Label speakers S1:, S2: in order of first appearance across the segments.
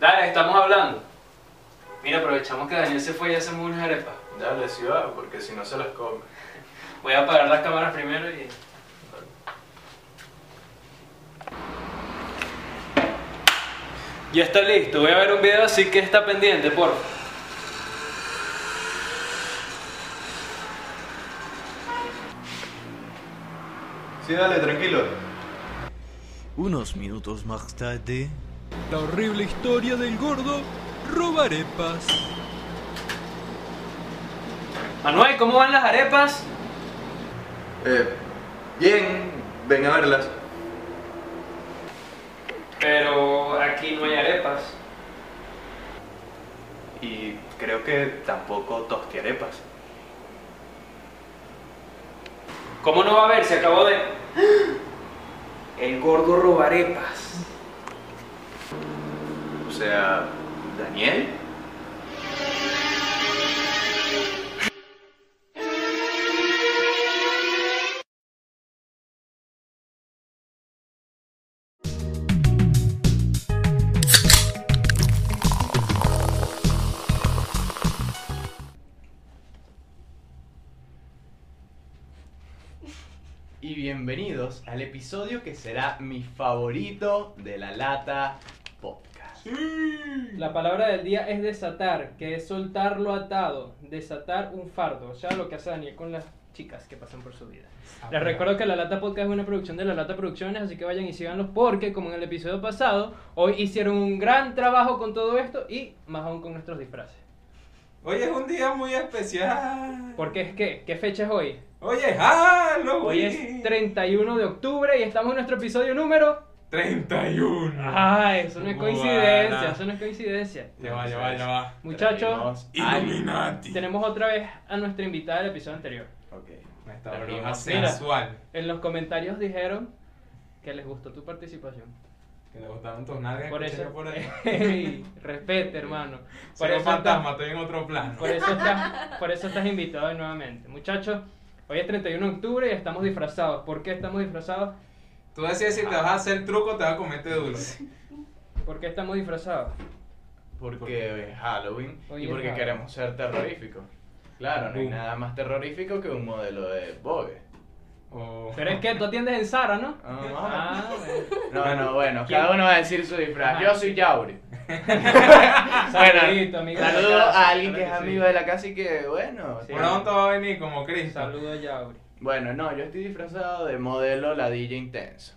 S1: Lara, estamos hablando. Mira, aprovechamos que Daniel se fue y hacemos unas arepas.
S2: Dale, si va, porque si no se las come.
S1: Voy a apagar las cámaras primero y. Ya está listo, voy a ver un video así que está pendiente, por
S2: Sí, dale, tranquilo.
S3: Unos minutos más tarde.
S4: La horrible historia del gordo robarepas.
S1: Manuel, ¿cómo van las arepas?
S2: Eh, bien, ven a verlas.
S1: Pero aquí no hay arepas.
S2: Y creo que tampoco tostiarepas.
S1: ¿Cómo no va a haber? Se acabó de. El gordo robarepas.
S2: O sea, Daniel.
S5: Y bienvenidos al episodio que será mi favorito de la lata podcast.
S6: La palabra del día es desatar, que es soltar lo atado, desatar un fardo, o sea, lo que hace Daniel con las chicas que pasan por su vida. Les recuerdo que La Lata Podcast es una producción de La Lata Producciones, así que vayan y síganlos porque, como en el episodio pasado, hoy hicieron un gran trabajo con todo esto y más aún con nuestros disfraces.
S7: Hoy es un día muy especial.
S6: Porque es que, ¿qué fecha es hoy?
S7: Hoy es Halloween.
S6: Hoy es 31 de octubre y estamos en nuestro episodio número...
S7: 31.
S6: Ah, eso no es
S7: Buena.
S6: coincidencia, eso no es coincidencia.
S7: Ya va, ya va, ya va.
S6: Muchachos,
S5: Traemos
S7: Ah,
S5: a-
S7: Illuminati.
S6: Tenemos otra vez a nuestra invitada del episodio anterior.
S5: Ok.
S7: Esta
S6: La
S7: broma
S6: rima.
S7: sensual.
S6: En los comentarios dijeron que les gustó tu participación.
S7: Que le gustaron tus nalgas.
S6: Por
S7: escuché
S6: eso.
S7: Por ahí.
S6: Ey, respete, hermano. Por
S7: Soy un
S6: eso,
S7: fantasma,
S6: estás,
S7: estoy en otro plano.
S6: por, eso estás, por eso estás invitado hoy nuevamente. Muchachos, hoy es 31 de octubre y estamos disfrazados. ¿Por qué estamos disfrazados?
S7: Tú decides si te
S6: Ah.
S7: vas a hacer truco o te vas a comerte dulce.
S6: ¿Por qué estamos disfrazados?
S5: Porque hoy es Halloween
S6: Hoy
S5: y
S6: es
S5: porque
S6: Halloween.
S5: queremos ser terroríficos. Claro, no hay
S7: Boom.
S5: nada más terrorífico que un modelo de Vogue.
S7: O-
S6: Pero es que tú atiendes en Sara, ¿no?
S5: Ah,
S6: Ah, bueno.
S5: No, no, bueno,
S6: ¿Quién?
S5: cada uno va a decir su disfraz.
S6: Ajá.
S5: Yo soy Yauri.
S6: Ah, Saludito,
S5: bueno,
S6: amigo de la
S5: saludo
S6: casa,
S5: a alguien
S6: claro
S5: que es
S6: que sí.
S5: amigo de la casa y que, bueno,
S6: Sí.
S7: Pronto va a venir como Cristo.
S6: Saludo Yauri.
S5: Bueno, no, yo estoy disfrazado de modelo ladilla intenso.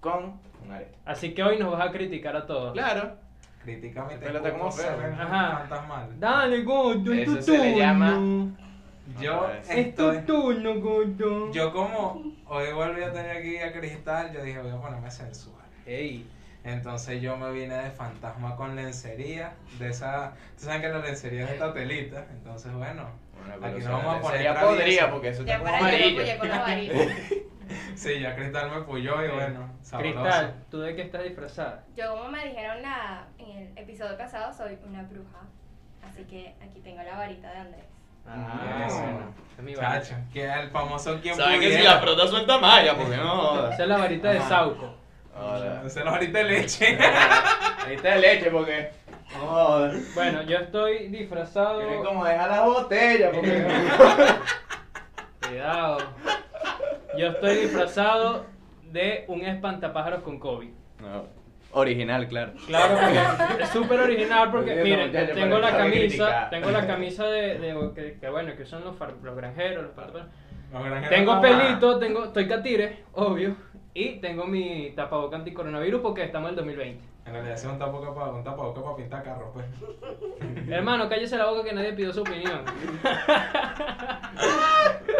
S5: Con un arete.
S6: Así que hoy nos vas a criticar a todos.
S5: Claro,
S7: Críticamente.
S5: Pero te como feo. ¿eh?
S6: Ajá.
S7: Fantasmal.
S6: Dale, Gondo, es
S5: Eso
S6: tu
S5: se le llama-
S6: turno.
S7: Yo
S5: Es
S6: Es tu
S7: estoy.
S6: turno, Gondo.
S7: Yo como hoy volví a tener aquí a Cristal, yo dije voy a ponerme sensual.
S6: Ey,
S7: Entonces yo me vine de fantasma con lencería, de esa, tú sabes que la lencería es esta telita, entonces bueno,
S5: Bueno,
S7: Aquí
S5: pero
S7: no vamos a
S5: sería- sería
S7: poner traviesa.
S5: podría porque eso está
S8: Ya
S5: como
S8: para allá no
S5: amarillo.
S8: apoyé con la varita.
S7: sí, ya Cristal me puyó y bueno, sabroso.
S6: Cristal, ¿tú de qué estás disfrazada?
S8: Yo como me dijeron la- en el episodio pasado, soy una bruja. Así que aquí tengo la varita de Andrés.
S6: Ah,
S7: No.
S6: bueno. Es mi
S7: Chacho,
S6: varita.
S7: que el famoso quien
S3: ¿Saben que
S7: pudiera.
S3: si la frota suelta malla? Porque no.
S6: Esa es la varita de
S5: Ajá.
S6: Sauco.
S5: Ahora.
S7: Entonces la varita de leche.
S5: Ahí está el leche porque. Joder.
S6: Bueno, yo estoy disfrazado.
S5: Miren cómo deja la botella porque.
S6: Cuidado. Yo estoy disfrazado de un espantapájaros con COVID.
S5: No, Original, claro.
S6: Claro, porque es súper original porque,
S5: Porque
S6: miren,
S5: no, ya yo
S6: tengo la
S5: parecía
S6: camisa,
S5: crítica.
S6: tengo la camisa de, de- que, que bueno, que usan los, far- los granjeros, los pantapájaros.
S7: Los granjeros
S6: Tengo
S7: no-
S6: pelito, tengo, estoy catire, obvio, y tengo mi tapaboca anticoronavirus porque estamos en el 2020.
S7: Ah, En realidad es un tapaboca para un tapaboca para pintar carros, pues.
S6: Hermano, cállese la boca que nadie pidió su opinión.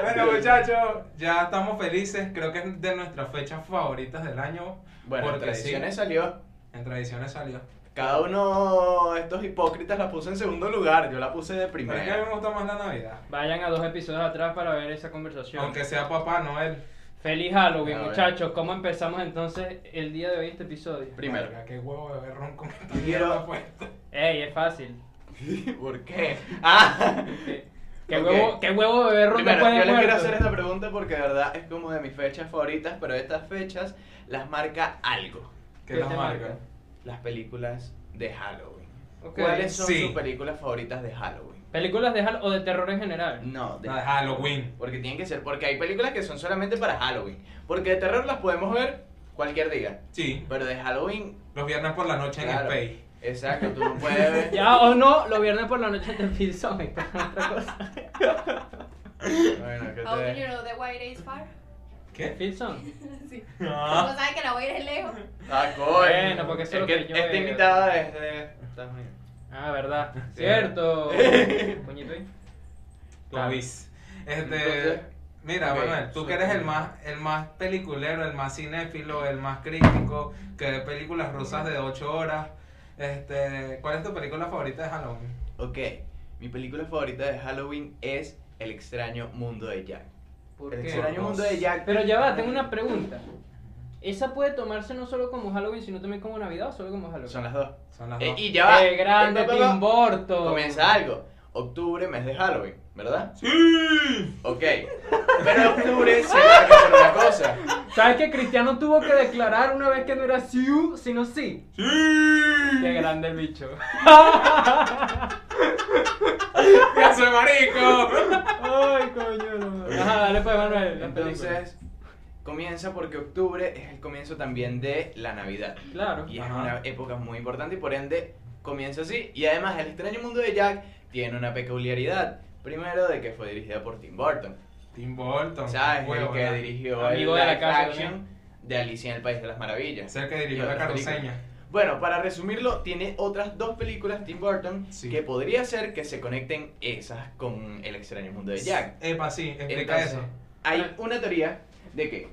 S7: Bueno, muchachos, ya estamos felices, creo que es de nuestras fechas favoritas del año.
S5: Bueno, en
S7: Porque
S5: tradiciones
S7: sí.
S5: salió.
S7: En tradiciones salió.
S5: Cada uno de estos hipócritas la puso en segundo lugar. Yo la puse de
S7: Pero es que a mí
S5: primera.
S7: me gusta más la Navidad.
S6: Vayan a dos episodios atrás para ver esa conversación.
S7: Aunque sea Papá Noel.
S6: Feliz Halloween,
S5: A ver.
S6: muchachos. ¿Cómo empezamos entonces el día de hoy este episodio?
S5: Primero.
S7: Verga, qué huevo de berrón con esta
S5: Quiero-
S7: mierda puesta.
S6: Ey, es fácil.
S5: ¿Por qué? Ah.
S6: ¿Qué, qué
S5: Ok.
S6: huevo, qué huevo beber ron
S5: Primero,
S6: después
S5: yo
S6: de
S5: les quiero
S6: muerto?
S5: hacer esta pregunta porque de verdad es como de mis fechas favoritas, pero estas fechas las marca algo.
S7: ¿Qué
S6: ¿Qué
S7: la
S6: te
S7: marca?
S6: marca?
S5: Las películas de Halloween.
S6: Ok.
S5: ¿Cuáles son
S7: Sí.
S5: sus películas favoritas de Halloween?
S6: Películas de Halloween o de terror en general.
S5: No, de
S7: No, de Halloween.
S5: Porque tienen que ser, porque hay películas que son solamente para Halloween. Porque de terror las podemos ver cualquier día.
S7: Sí,
S5: Pero de Halloween,
S7: los viernes por la noche
S5: Claro.
S7: en Space.
S5: exacto, tú no puedes ver.
S6: Ya o no, los viernes por la noche te piso. Otra cosa.
S5: Bueno, ¿qué
S8: How do you
S5: te...
S8: know the white is far?
S7: ¿Qué?
S6: Pilson.
S8: sí.
S7: No.
S8: ¿Cómo sabes que la white es lejos?
S5: Ah, coño.
S6: Bueno, porque eso es
S5: es
S6: lo
S5: que
S6: que yo
S5: Esta
S6: veo.
S5: invitada es de Estados Unidos.
S6: Ah, verdad. Cierto. Coñito ahí.
S7: Lo vis.
S5: Entonces,
S7: Este. Mira,
S5: ok,
S7: Manuel, tú
S5: soy
S7: que eres el
S5: tú.
S7: más, el más peliculero, el más cinéfilo, el más crítico, que ve películas rusas de 8 horas. Este, ¿Cuál es tu película favorita de Halloween?
S5: Ok, mi película favorita de Halloween es El extraño mundo de Jack.
S6: ¿Por
S5: El
S6: qué?
S5: extraño mundo de Jack. Ah,
S6: Pero ya va, tengo una pregunta. ¿Esa puede tomarse no solo como Halloween, sino también como Navidad o solo como Halloween?
S5: Son las dos.
S7: Son las
S5: Eh,
S7: dos.
S5: y ya va.
S6: ¡Qué grande
S5: Eh, pa, pa, pa.
S6: Tim Burton!
S5: Comienza algo. Octubre, mes de Halloween, ¿verdad? Sí. Ok. Pero octubre se marca por una cosa.
S6: ¿Sabes que Cristiano tuvo que declarar una vez que no era Siu, sino sí? ¡Sí! ¡Qué grande el bicho!
S7: ¡Ya soy marico!
S6: ¡Ay, coño! no. Ajá, dale pues, Manuel. la película.
S5: Entonces, comienza porque octubre es el comienzo también de la Navidad.
S6: Claro.
S5: Y es
S7: Ajá.
S5: una época muy importante y por ende comienza así. Y además, El extraño mundo de Jack tiene una peculiaridad. Primero, de que fue dirigida por Tim Burton.
S7: Tim
S6: Ah,
S7: Burton.
S5: ¿Sabes? El
S7: huevona.
S5: que dirigió
S6: Amigo
S5: el
S6: de la
S5: live
S6: casa,
S5: action de Alicia en el País de las Maravillas.
S7: Es el que dirigió
S5: Y
S7: la
S5: otras películas.
S7: carroseña.
S5: Bueno, para resumirlo, tiene otras dos películas Tim Burton
S7: Sí.
S5: que podría ser que se conecten esas con El extraño mundo de Jack.
S7: Epa, sí, explica
S5: Entonces,
S7: eso.
S5: hay una teoría de que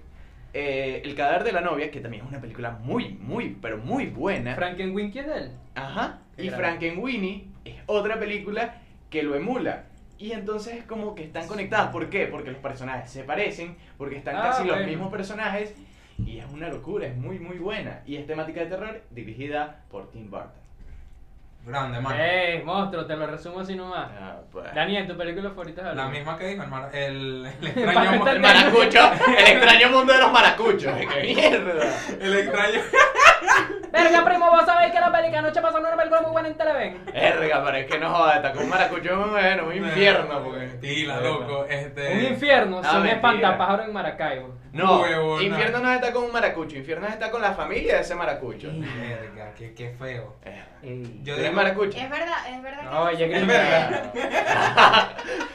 S5: eh, El cadáver de la novia, que también es una película muy, muy, pero muy buena.
S6: ¿Frankenwinky es de él?
S5: Ajá.
S6: Qué
S5: Y
S6: grave.
S5: Frankenweenie es otra película que lo emula. Y entonces es como que están conectadas. ¿Por qué? Porque los personajes se parecen, porque están
S6: Ah,
S5: casi los
S6: bueno.
S5: mismos personajes. Y es una locura, es muy, muy buena. Y es temática de terror dirigida por Tim Burton.
S7: Grande, mano.
S6: ¡Ey, Eh, monstruo! Te lo resumo así nomás.
S5: Ah, pues.
S6: Daniel, tu película favorita es
S7: La
S6: Halloween?
S7: misma que dijo el, mar- el, el
S6: Para
S7: extraño
S5: El
S7: mundo.
S5: maracucho, el extraño mundo de los maracuchos. ¡Qué mierda!
S7: El extraño.
S6: Verga, primo, vos sabéis que la película anoche pasó una película muy buena en Televen.
S5: Verga, pero es que no joda, está con un maracucho, bueno, un infierno. Porque...
S7: Pila, Eh, loco. Este.
S6: Un infierno,
S5: Ah,
S6: sin
S5: mentira.
S6: espantapájaro en Maracaibo.
S5: No,
S7: Huevona.
S5: infierno no está con un maracucho, infierno está con la familia de ese maracucho.
S7: Verga, qué, qué feo.
S5: Eh,
S6: Ey.
S7: Yo
S5: ¿tú eres
S7: digo-
S5: maracucho?
S8: Es verdad, es verdad que,
S6: No, ya
S5: Es
S6: que...
S5: verga.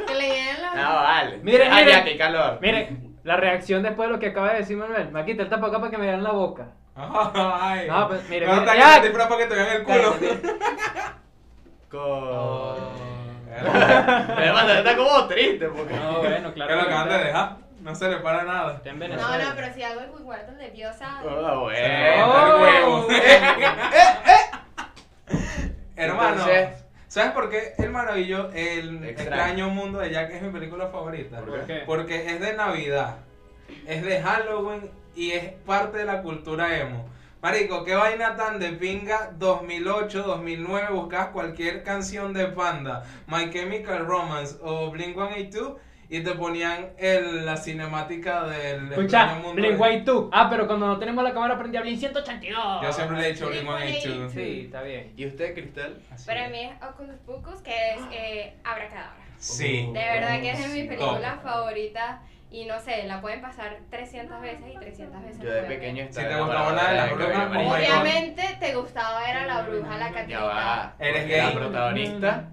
S8: que le llenen los...
S5: No, Ah, vale.
S6: Miren,
S5: Ay,
S6: miren.
S5: ya, qué calor.
S6: Miren, la reacción después de lo que acaba de decir Manuel. Me quita el tapa acá para que me vean la boca.
S7: Ay.
S6: No, pues, mire,
S7: No,
S6: mire,
S7: tan
S6: ya.
S7: grande, pero para que te vean el culo.
S5: Oh.
S6: Oh.
S5: Con...
S7: Verga,
S5: Además, está como triste porque...
S6: No, bueno,
S7: Que
S6: claro.
S7: lo
S6: que
S7: acaban de
S6: está-
S7: dejar. No se le para nada.
S6: Está en Venezuela.
S8: No, no, pero si hago el cuarto de diosa...
S5: Ah,
S7: Eh,
S5: bueno.
S7: tal huevo.
S6: ¡Eh!
S7: Hermano.
S5: Entonces-
S7: ¿Sabes por qué El Maravillo, El
S5: Extraño.
S7: extraño mundo de Jack es mi película favorita?
S6: ¿Por qué?
S7: Porque es de Navidad, es de Halloween y es parte de la cultura emo. Marico, qué vaina tan de pinga 2008, 2009, buscas cualquier canción de Panda, My Chemical Romance o Blink-182 y te ponían el- la cinemática del
S6: Escucha,
S7: extraño mundo de-
S6: Blink White 2. Ah, pero cuando no tenemos la cámara prendida, Blink 182.
S7: Yo siempre le he dicho Blink-182.
S8: Blink-182.
S6: Sí, está bien.
S5: ¿Y usted, Cristal?
S7: Así.
S8: Para mí es Ocus Pocus, que es eh, Abracadabra.
S7: Sí.
S5: Oh,
S8: De verdad que es de mis
S7: Top.
S8: películas favoritas. Y no sé, la pueden pasar 300 veces y 300 veces.
S5: Yo de
S8: pueden ver.
S5: pequeño
S7: Si
S5: estaba...
S7: te
S5: enamorado
S7: gustaba la de la
S5: Cabello
S7: broma,
S5: Amarillo.
S7: oh my God.
S8: Obviamente te gustaba era la bruja, la
S5: Ya
S8: catrita.
S5: va.
S7: Eres
S5: porque La
S7: gay.
S5: protagonista...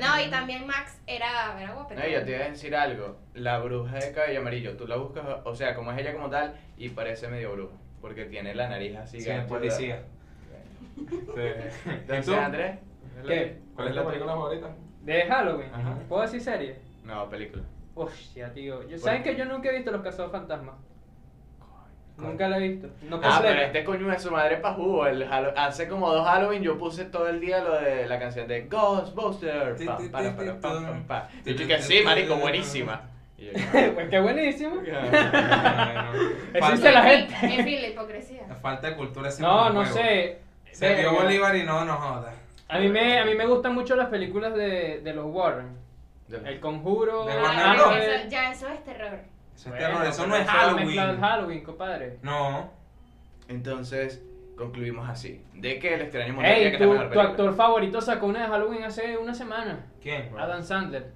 S8: No, y también Max era, era guapetón.
S5: No, yo te iba a decir algo. La bruja de cabello amarillo, tú la buscas, o sea, como es ella como tal, y parece medio bruja. Porque tiene la nariz así.
S7: Sí, el
S5: gancha,
S7: policía. Sí. ¿Y tú?
S5: Entonces, Andrés.
S6: ¿Qué?
S7: ¿Cuál es la película favorita?
S6: De Halloween.
S7: Ajá.
S6: ¿Puedo decir serie?
S5: No, película.
S6: Hostia, tío. Yo, ¿Saben que yo nunca he visto Los Cazados Fantasmas? Nunca la he visto. No
S5: Ah, pero
S6: completa.
S5: este coño de su madre pa' jugo. el Hallo- hace como dos Halloween yo puse todo el día lo de la canción de Ghostbusters. Pa, para, para, pa, pa, pa. Y yo que sí, marico, buenísima. Y yo,
S6: Pues qué buenísimo. Existe
S7: Falta-
S6: la gente.
S8: Es fin la hipocresía.
S7: Falta de cultura ese
S6: No, no
S7: juego.
S6: sé.
S7: Se vio
S6: Verga.
S7: Bolívar y no nos joda.
S6: A mí me, a mí me gustan mucho las películas de, de los Warren. El Conjuro.
S7: De
S8: Ah,
S7: Warner
S8: ya,
S7: Bros.
S8: eso- ya eso es terror.
S7: Eso es
S6: Bueno,
S7: terror, eso
S6: pero
S7: no es
S6: está mezclado en
S7: Halloween.
S6: Halloween, compadre.
S7: No.
S5: Entonces, Concluimos así. De que el extraño mundo de
S6: Ey,
S5: Jack es la
S6: tu,
S5: mejor
S6: tu
S5: película.
S6: actor favorito sacó una de Halloween hace una semana.
S7: ¿Quién?
S6: Adam Sandler.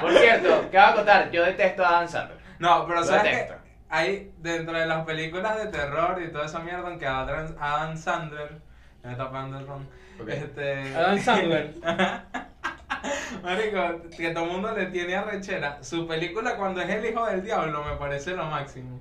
S5: Por cierto, ¿qué va a contar? Yo detesto a Dan Sandler.
S7: No, pero
S5: Lo
S7: sabes
S5: detesto.
S7: que hay dentro de las películas de terror y toda esa mierda en que Adam, Adam Sandler me está pagando el ron.
S5: Ok.
S7: Este,
S6: Adam Sandler.
S7: Marico, que todo el mundo le tiene arrechera. Su película cuando es el hijo del diablo me parece lo máximo.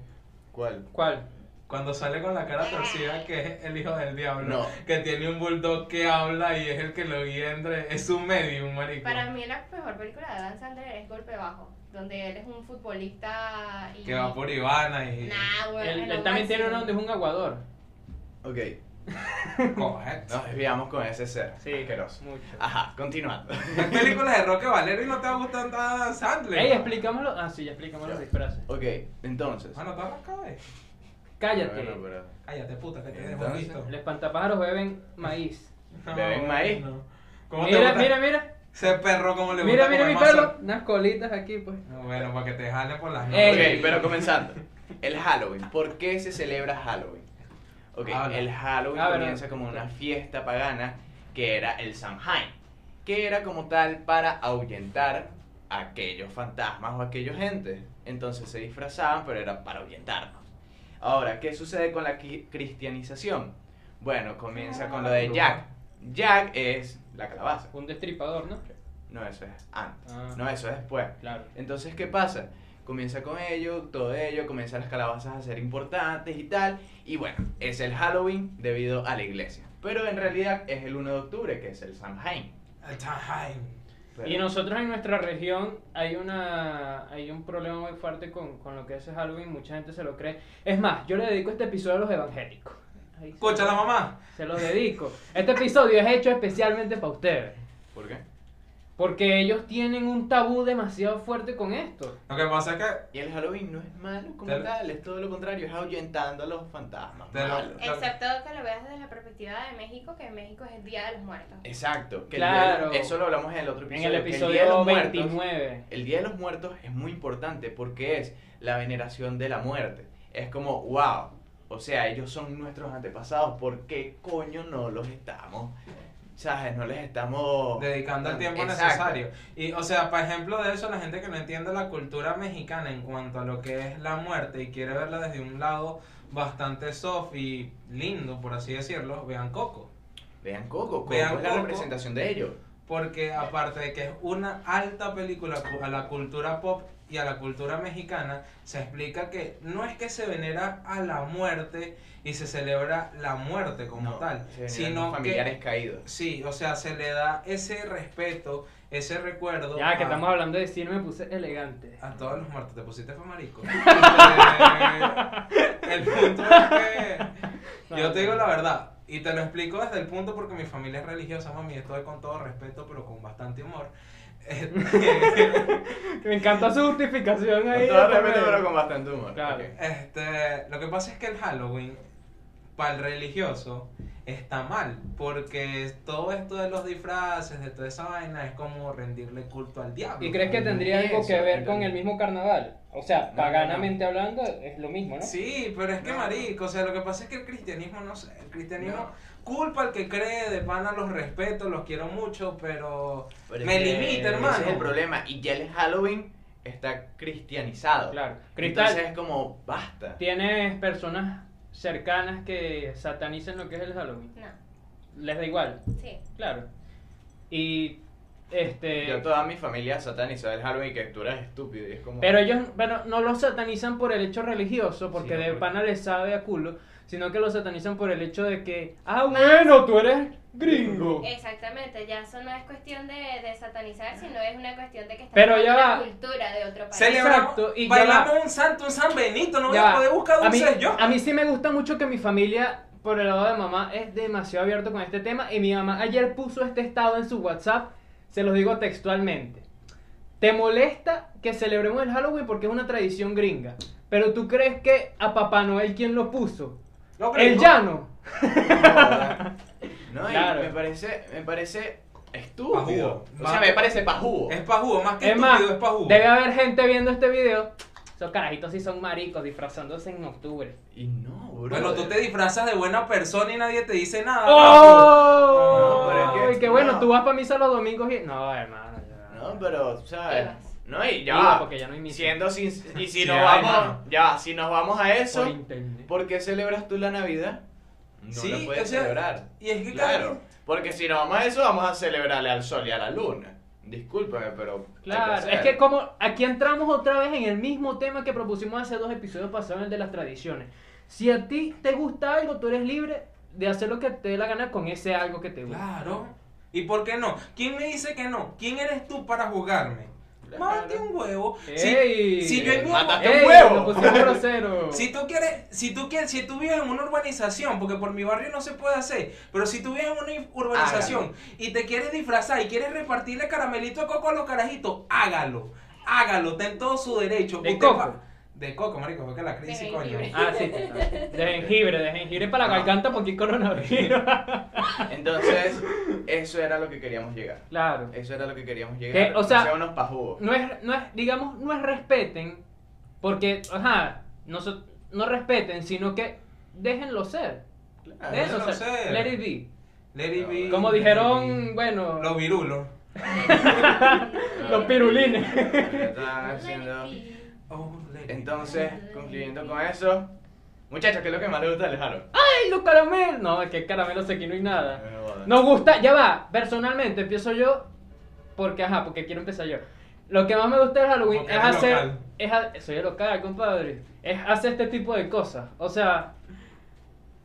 S5: ¿Cuál?
S6: ¿Cuál?
S7: Cuando sale con la cara torcida que es el hijo del diablo.
S5: No.
S7: Que tiene un bulldog que habla y es el que lo guía entre... Es un medium, marico.
S8: Para mí la mejor película de Adam Sandler es Golpe Bajo, donde él es un futbolista y...
S7: Que va por Ivana y...
S8: Nah, bueno,
S6: Él,
S8: es lo
S6: él también tiene uno
S8: máximo.
S6: donde es un aguador.
S5: Ok,
S7: Correcto.
S5: nos desviamos con ese ser.
S6: Sí.
S5: Asqueroso.
S6: Mucho.
S5: Ajá, continuando.
S7: Hay películas de Roque Valero y no te va gustando Adam Sandler.
S6: Ey, explicámoslo. Ah, sí, ya explicamos los disfraces.
S5: Ok, entonces.
S7: Mano, te arrancado, eh.
S6: Cállate.
S5: Bueno,
S7: pues,
S5: pero-
S7: Cállate, puta, que te dejo
S5: Entonces,
S7: visto.
S6: Los espantapájaros beben maíz.
S7: No,
S5: ¿Beben maíz?
S7: no. ¿Cómo te
S6: Mira,
S7: gusta?
S6: mira, mira.
S7: Ese perro, como le
S6: Mira,
S7: gusta
S6: mira
S7: comer
S6: mi
S7: mazo?
S6: pelo. Unas colitas aquí, pues.
S7: No, Bueno, para que te jale por las
S6: Ey.
S5: Ok, pero comenzando. El Halloween. ¿Por qué se celebra Halloween? Ok,
S7: Habla.
S5: el Halloween
S6: Ah, verdad.
S5: comienza como una fiesta pagana que era el Samhain, que era como tal para ahuyentar a aquellos fantasmas o a aquellos gente. Entonces se disfrazaban, pero era para ahuyentarnos. Ahora, ¿qué sucede con la qui- cristianización? Bueno, comienza con lo
S6: Ah.
S5: de Jack. Jack es la calabaza.
S6: Un destripador, ¿no?
S5: No, eso es antes.
S6: Ah.
S5: No, eso es después.
S6: Claro.
S5: Entonces, ¿qué pasa? Comienza con ello, todo ello, comienzan las calabazas a ser importantes y tal. Y bueno, es el Halloween debido a la iglesia. Pero en realidad es el 1 de octubre, que es el Samhain.
S7: El time.
S5: Pero-
S6: Y nosotros en nuestra región hay una hay un problema muy fuerte con, con lo que es Halloween, mucha gente se lo cree. Es más, yo le dedico este episodio a los evangélicos. Ahí se-
S7: Escucha la mamá.
S6: Se los dedico. Este episodio es hecho especialmente para ustedes.
S5: ¿Por qué?
S6: Porque ellos tienen un tabú demasiado fuerte con esto.
S7: Lo que pasa es que
S5: Y el Halloween no es malo como
S7: Te lo-
S5: tal, es todo lo contrario, es ahuyentando a los fantasmas.
S7: Te lo-
S5: malos.
S8: Excepto que lo veas desde la perspectiva de México, que en México es el Día de los Muertos.
S5: Eh. Exacto. Que el
S6: Claro.
S5: día- eso lo hablamos en el otro
S6: En el
S5: episodio. que Día de
S6: episodio
S5: los Muertos-
S6: 29.
S5: El Día de los Muertos es muy importante porque es la veneración de la muerte. Es como, wow, o sea, ellos son nuestros antepasados, ¿por qué coño no los estamos? ¿Sabes? No les estamos...
S7: dedicando el tiempo
S5: Exacto.
S7: necesario. Y, o sea, para ejemplo de eso, la gente que no entiende la cultura mexicana en cuanto a lo que es la muerte y quiere verla desde un lado bastante soft y lindo, por así decirlo, vean Coco.
S5: Vean Coco, Coco
S7: Vean
S5: es la
S7: Coco.
S5: representación de ellos.
S7: Porque aparte de que es una alta película cu- a la cultura pop y a la cultura mexicana, se explica que no es que se venera a la muerte y se celebra la muerte como
S5: No,
S7: tal,
S5: se veneran
S7: sino
S5: los
S7: que
S5: familiares caídos.
S7: Sí, o sea, se le da ese respeto, ese recuerdo.
S6: Ya que
S7: a,
S5: Ah.
S6: estamos hablando de cine me puse elegante.
S7: a todos los muertos. Te pusiste fue marico. Eh, el punto es que. Yo te digo la verdad. Y te lo explico desde el punto porque mi familia es religiosa, mami. Estoy con todo respeto, pero con bastante humor. Este,
S6: Me encanta su justificación ahí.
S5: Con todo
S6: de
S5: respeto,
S6: comer.
S5: pero con bastante humor.
S6: Claro.
S5: Ok.
S7: este, lo que pasa es que el Halloween, para el religioso, está mal. Porque todo esto de los disfraces, de toda esa vaina, es como rendirle culto al diablo.
S6: ¿Y crees que tendría
S5: Eso,
S6: algo que ver con
S5: entonces.
S6: el mismo carnaval? O sea,
S5: no,
S6: paganamente hablando es lo mismo, ¿no?
S7: Sí, pero es que
S5: No.
S7: marico, o sea, lo que pasa es que el cristianismo, no sé, el cristianismo
S5: No.
S7: culpa al que cree, de pana los respeto, los quiero mucho, pero...
S5: Pero es
S7: Me
S5: que
S7: limita, hermano.
S5: Ese es el problema. Y ya el Halloween está cristianizado.
S6: Claro. Cristal,
S5: Entonces es como, basta.
S6: ¿tienes personas cercanas que satanicen lo que es el Halloween?
S8: No,
S6: Les da igual,
S8: sí.
S6: claro. Y este
S5: Yo toda mi familia satanizó el Halloween que tú eres estúpido y es como...
S6: pero ellos bueno, no lo satanizan por el hecho religioso, porque
S5: Sí, no, pues.
S6: de
S5: porque-
S6: pana les sabe a culo, sino que lo satanizan por el hecho de que, ah, bueno, tú eres gringo.
S8: Exactamente, ya eso no es cuestión de, de
S5: Ah.
S8: satanizar, sino es una cuestión de que está
S6: Pero ya
S8: la
S6: va.
S8: cultura de otro país.
S7: Celebramos,
S6: Exacto, y ya
S7: bailamos un santo, un san Benito, no voy
S6: Ya
S7: a
S6: va.
S7: poder buscar
S6: a mí,
S7: dulces yo.
S6: a mí sí me gusta mucho que mi familia, por el lado de mamá, es demasiado abierto con este tema. Y mi mamá ayer puso este estado en su WhatsApp, se los digo textualmente. ¿Te molesta que celebremos el Halloween porque es una tradición gringa? Pero tú crees que a Papá Noel quién lo puso?
S7: No, pero
S6: El
S7: no.
S6: llano.
S5: No, y
S6: Claro.
S5: me parece, me parece estúpido.
S7: Pajugo.
S5: O sea, me parece pajugo.
S7: Es pajugo, más que
S6: Es más,
S7: estúpido, es pajugo.
S6: debe haber gente viendo este video. Esos carajitos sí son maricos disfrazándose en octubre.
S5: Y no,
S7: Bueno, tú te disfrazas de buena persona y nadie te dice nada.
S6: ¡Oh!
S5: Ah, No, pero es que-
S6: Ay, qué bueno,
S5: no.
S6: tú vas para misa los domingos y. No, hermano. ya.
S5: No, pero, ¿sabes?
S8: Ibas.
S5: No, y ya.
S6: Iba,
S5: va.
S6: porque ya no hay misa.
S5: Siendo sin- Y si
S6: Sí
S5: nos
S6: hay,
S5: vamos.
S6: mano.
S5: Ya, va, si nos vamos a eso.
S6: Por internet.
S5: ¿Por qué celebras tú la Navidad? No
S7: Sí,
S5: la puedes
S7: o sea,
S5: celebrar.
S7: Y es que
S5: Claro, porque si nos vamos a eso, vamos a celebrarle al sol y a la luna. Discúlpame, pero. hay
S6: Claro, es
S5: hacer.
S6: que como aquí entramos otra vez en el mismo tema que propusimos hace dos episodios pasados, el de las tradiciones. Si a ti te gusta algo, tú eres libre de hacer lo que te dé la gana con ese algo que te gusta.
S7: Claro. ¿Y por qué no? ¿Quién me dice que no? ¿Quién eres tú para juzgarme?
S5: Claro.
S7: Mate un huevo. Si-
S6: Ey. eh,
S7: si yo en-
S5: Mátate
S6: ¡Ey,
S5: un huevo.
S6: lo pusimos grosero!
S7: Si tú quieres, si tú quieres, si tú vives en una urbanización, porque por mi barrio no se puede hacer, pero si tú vives en una urbanización y te quieres disfrazar y quieres repartirle caramelito de coco a los carajitos, hágalo, hágalo, está en todo su derecho.
S6: ¿De
S7: Usted
S6: coco?
S7: va- De coco, marico, fue que la crisis,
S8: De
S7: coño.
S8: jengibre.
S6: Ah, sí. De jengibre, de jengibre para la garganta porque hay coronavirus.
S5: Entonces, eso era lo que queríamos llegar.
S6: claro.
S5: Eso era lo que queríamos
S6: ¿Qué?
S5: llegar.
S6: O sea-
S5: no sean unos pajugos.
S6: No es, no es, digamos, no es respeten, porque, ajá, no, so- no respeten, sino que déjenlo ser.
S5: Claro.
S6: Déjenlo
S7: déjenlo
S6: ser.
S7: ser.
S6: Let it be.
S7: Let it be,
S6: Como
S7: let it
S6: dijeron,
S7: be.
S6: bueno,
S7: los virulos.
S6: los pirulines.
S5: Estaban
S7: Ah,
S5: haciendo-
S7: Oh, let it be.
S5: Entonces, concluyendo con eso, muchachos, ¿qué es lo que más les gusta a Alejandro?
S6: ¡Ay, los caramelos! No, es que caramelos aquí no hay nada.
S5: Ah.
S6: Nos gusta, ya va, personalmente, empiezo yo, porque, ajá, porque quiero empezar yo. Lo que más me gusta de Halloween
S7: Porque
S6: es
S7: eres
S6: hacer...
S7: local.
S6: Es ha- soy el local, compadre. Es hacer este tipo de cosas. O sea,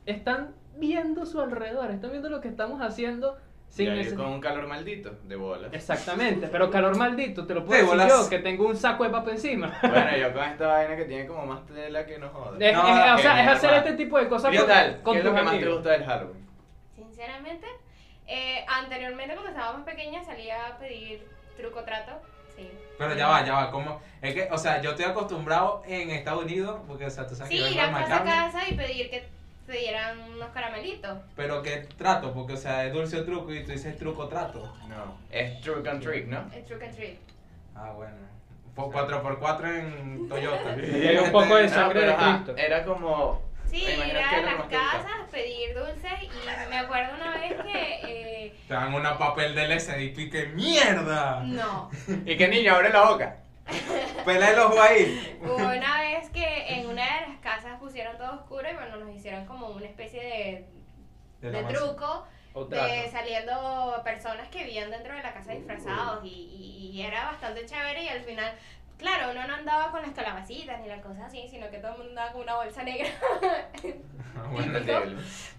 S6: están viendo su alrededor, están viendo lo que estamos haciendo
S5: Sí,
S6: sin necesidad.
S5: con un calor maldito de bolas.
S6: Exactamente, pero calor maldito, te lo
S7: De
S6: puedo decir
S7: bolas.
S6: yo, que tengo un saco de papo encima.
S5: Bueno, yo con esta vaina que tiene como más tela que no joda.
S6: Es-
S7: No,
S6: es- Eh, o
S5: que
S6: sea, es
S5: mi
S6: hacer
S5: hermano.
S6: este tipo de cosas
S5: ¿Qué
S6: con,
S5: tal?
S6: con
S5: ¿Qué es
S6: tus
S5: lo que más te
S6: amigos.
S5: gusta del Halloween?
S8: Sinceramente, eh, anteriormente cuando estaba más pequeña salía a pedir truco trato. Sí.
S7: Pero ya va, ya va, como, es que, o sea, yo estoy acostumbrado en Estados Unidos, porque, o sea, tú sabes
S8: Sí,
S7: que
S8: ir
S7: vengo de
S8: a casa a
S7: Miami,
S8: casa y pedir que te dieran unos caramelitos.
S7: pero que trato, porque, o sea, es dulce o truco, y tú dices truco trato.
S5: No. Es True and Trick, ¿no?
S8: El trick and treat.
S7: Ah, bueno. Fue 4x4 en Toyota.
S6: Y hay un poco de
S5: No,
S6: sangre
S5: pero,
S6: de
S5: ajá,
S6: Cristo.
S5: era como.
S8: Sí,
S5: Me imagino
S8: ir
S5: que
S8: a
S5: es lo que
S8: las
S5: más te gusta.
S8: casas, pedir dulces y me acuerdo una vez que... eh,
S7: Te dan una papel de LCD y tú, ¡qué mierda!
S8: no,
S5: Y que niña, abre la boca.
S7: Pela el ojo ahí.
S8: Hubo una vez que en una de las casas pusieron todo oscuro y bueno, nos hicieron como una especie de,
S7: De
S8: de,
S7: la masa.
S8: truco
S6: O trato.
S8: de saliendo personas que vivían dentro de la casa disfrazados y, y- y era bastante chévere y al final, claro, uno no andaba con las calabacitas ni las cosas así, sino que todo el mundo andaba con una bolsa negra.
S7: Ah, bueno.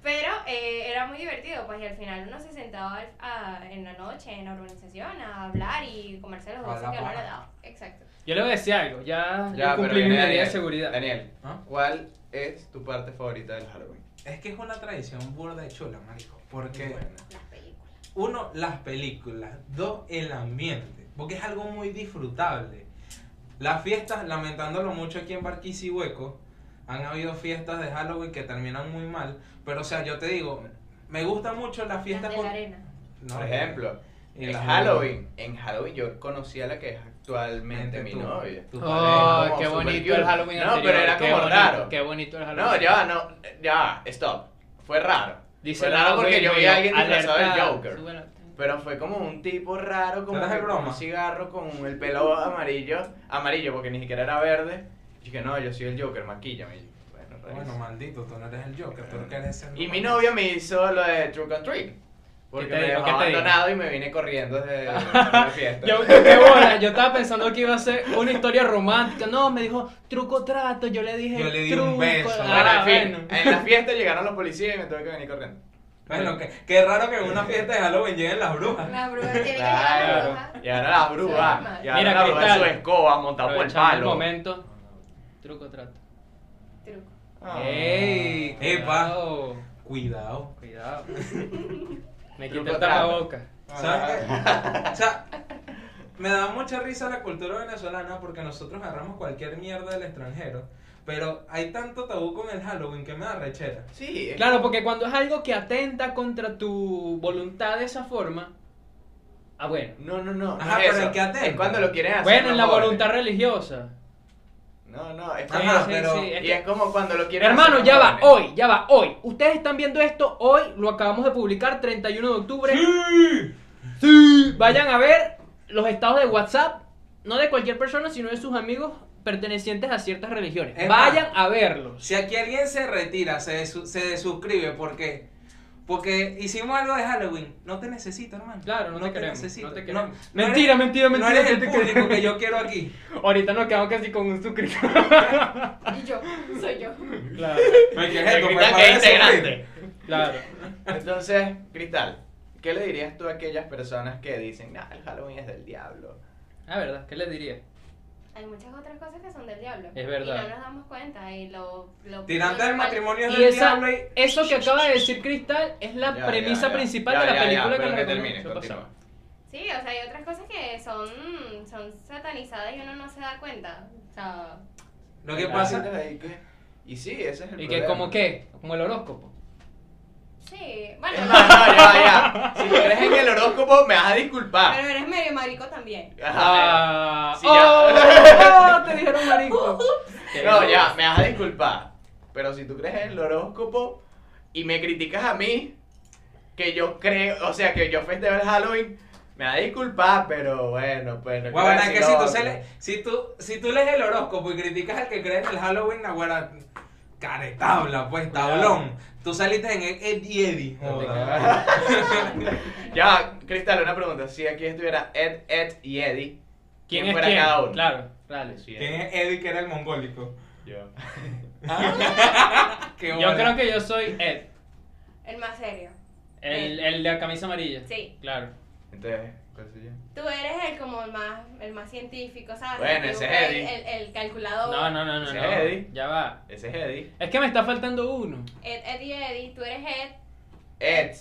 S8: Pero eh, era muy divertido, pues y al final uno se sentaba al- a- en la noche en la urbanización a hablar y comerse los
S7: A
S8: dulces
S7: la
S8: que uno le
S7: paja.
S8: daba. Exacto.
S6: Yo le voy a decir algo, ya, yo
S5: pero
S6: cumplí mi
S5: viene
S6: medida de
S5: Daniel.
S6: seguridad.
S5: Daniel,
S7: ¿Ah?
S5: ¿cuál es tu parte favorita del Halloween?
S7: Es que es una tradición burda y chula, marico. Porque,
S5: Bueno.
S8: Las películas.
S7: uno, las películas. Dos, el ambiente. Porque es algo muy disfrutable. Las fiestas, lamentándolo mucho aquí en Barquisihueco, han habido fiestas de Halloween que terminan muy mal. Pero, o sea, yo te digo, me gusta mucho las
S8: Las
S7: fiestas
S8: de
S7: con...
S8: la arena.
S7: No,
S5: Por ejemplo,
S7: y
S5: en
S7: las-
S5: Halloween. En Halloween yo conocí a la que es actualmente mi
S7: tu-
S5: novia.
S7: tu
S6: Oh,
S5: como
S6: qué
S5: super
S6: bonito
S5: cool.
S6: el Halloween
S5: No,
S6: anterior,
S5: pero era
S6: qué
S5: como
S6: bonito,
S5: raro.
S6: Qué bonito el Halloween.
S5: No, ya, va, no, ya, va, stop. Fue raro.
S6: Dice
S5: Fue raro
S6: Lalo
S5: pues porque yo vi a alguien
S6: Bello,
S5: disfrazado
S6: alerta,
S5: del Joker.
S6: sube la-
S5: Pero fue como un tipo raro, como
S7: ¿No era
S5: que
S7: de
S5: con un
S7: broma?
S5: cigarro con el pelo amarillo, amarillo porque ni siquiera era verde. Y dije, no, yo soy el Joker, maquíllame. Y yo, Bueno,
S7: Bueno,
S5: rarísimo.
S7: maldito, tú no eres el Joker, tú que eres el
S5: Pues. y mi novia me hizo lo de Truck and Trick. Porque
S6: ¿Qué te
S5: me
S6: dijo?
S5: dejó
S6: ¿Qué te dijo?
S5: abandonado y me vine corriendo desde la fiesta.
S6: Yo, qué bola, yo estaba pensando que iba a ser una historia romántica. No, me dijo truco trato, yo le dije
S7: Yo le di un
S6: truco.
S7: beso.
S5: Bueno,
S6: Ah,
S5: en fin, eh,
S6: bueno.
S5: en la fiesta llegaron los policías y me tuve que venir corriendo.
S7: Bueno, que- qué raro que en una fiesta de Halloween lleguen las brujas.
S8: Las brujas tienen que llegar las
S5: Claro.
S8: brujas.
S5: Y ahora la
S8: Soy
S5: bruja.
S8: normal.
S5: Y ahora
S6: Mira,
S5: la bruja
S6: Cristal.
S5: su escoba montada por el
S6: Aprovechando el
S5: palo.
S6: momento. Truco trato.
S8: Truco.
S5: Ah.
S6: ¡Ey!
S7: Epa.
S6: Cuidado. Cuidado.
S7: Cuidado.
S6: Me
S5: Truco
S6: quité el
S5: trato.
S6: tapaboca.
S5: Ah,
S7: ¿Sabes qué? O sea, me da mucha risa la cultura venezolana porque nosotros agarramos cualquier mierda del extranjero. Pero hay tanto tabú con el Halloween que me da rechera.
S5: Sí, es-
S6: Claro, porque cuando es algo que atenta contra tu voluntad de esa forma. Ah, bueno.
S5: No, no, no. no
S7: Ajá,
S5: es
S7: pero
S5: eso.
S7: ¿en qué atenta?
S5: Es cuando lo quieren hacer.
S6: Bueno, en la
S5: los jóvenes.
S6: voluntad religiosa.
S5: No, no, es
S7: Ajá,
S5: como-
S7: pero-
S6: sí, es
S5: Y
S6: que-
S5: es como cuando lo quieren.
S6: Hermano,
S5: hacer
S6: ya va,
S5: jóvenes.
S6: hoy, ya va, hoy. Ustedes están viendo esto hoy, lo acabamos de publicar, 31 de octubre. Sí. Vayan a ver los estados de WhatsApp, no de cualquier persona, sino de sus amigos pertenecientes a ciertas religiones.
S7: Es más,
S6: Vayan a verlos.
S7: Si aquí alguien se retira, se, desu- se desuscribe, ¿por qué? Porque hicimos algo de Halloween. No te necesito, hermano.
S6: Claro, no, te, queremos,
S7: necesito.
S6: no te
S7: No-
S6: queremos.
S7: no eres-
S6: mentira, mentira,
S7: No
S6: mentira,
S7: eres
S6: no
S7: el
S6: te
S7: público
S6: queremos.
S7: que yo quiero aquí.
S6: Ahorita nos quedamos casi con un suscriptor.
S8: Y yo, soy yo.
S6: Claro,
S7: ¿Qué
S5: El cristal que es integrante.
S6: claro.
S5: Entonces, Cristal, ¿qué le dirías tú a aquellas personas que dicen, nah, el Halloween es del diablo?
S6: Ah, verdad, ¿qué les diría?
S8: Hay muchas otras cosas que son del diablo.
S6: Es verdad.
S8: Y no nos damos cuenta. Y lo. lo
S7: Tirante del matrimonio es
S6: Y
S7: del
S6: esa-
S7: diablo y-
S6: eso que acaba de decir Cristal es la
S5: Ya,
S6: premisa
S5: ya, ya.
S6: principal
S5: Ya,
S6: de la
S5: ya, ya,
S6: película nos
S5: pero que
S6: recomendó.
S5: termine,
S6: Eso pasa.
S5: continúa.
S8: Sí, o sea, hay otras cosas que son, son satanizadas y uno no se da cuenta. O sea,
S7: Lo que
S5: Ah,
S7: pasa
S5: y que- Y sí, ese es el
S6: ¿Y que
S5: problema.
S6: como qué? Como el horóscopo.
S8: sí.
S5: Es
S8: Bueno,
S5: más, no, ya, ya. Si crees en el horóscopo, me vas a disculpar.
S8: pero eres medio marico también.
S5: Ajá,
S6: Ah,
S5: Sí, ya.
S6: ¡Oh! te dijeron marico.
S5: No, ya, me vas a disculpar. Pero si tú crees en el horóscopo y me criticas a mí, que yo creo, o sea, que yo festejo el Halloween, me vas a disculpar, pero bueno, pues no quiero
S7: Guabana,
S5: decir
S7: que si tú,
S5: otro.
S7: se le- si, tú, si tú lees el horóscopo y criticas al que cree en el Halloween, Nahuara, caretabla, pues, tablón. Tú saliste en el Eddie Eddie.
S6: No te
S7: joda.
S6: cagas.
S5: Ya, Cristal, una pregunta. Si aquí estuviera Ed, Ed y Eddie,
S6: ¿Quién
S5: ¿quién,
S6: es
S5: fuera
S6: quién?
S5: cada uno?
S6: Claro, dale.
S7: ¿Quién es Eddie que era el mongólico?
S5: Yo.
S7: Qué
S6: Ah, Yo
S7: bola.
S6: creo que yo soy Ed,
S8: El más serio.
S6: el, el de la camisa amarilla.
S8: Sí.
S6: Claro.
S5: Entonces, ¿cuál soy yo?
S8: Tú eres el como el más, el más científico, ¿sabes?
S5: Bueno,
S8: El-
S5: ese es
S8: el,
S5: Eddie.
S8: el, el calculador.
S6: No, no, no, no,
S5: Ese
S6: no.
S5: es Eddie.
S6: Ya va.
S5: Ese es Eddie.
S6: Es que me está faltando uno.
S8: Ed, Ed y Eddie, tú eres Ed
S5: Ed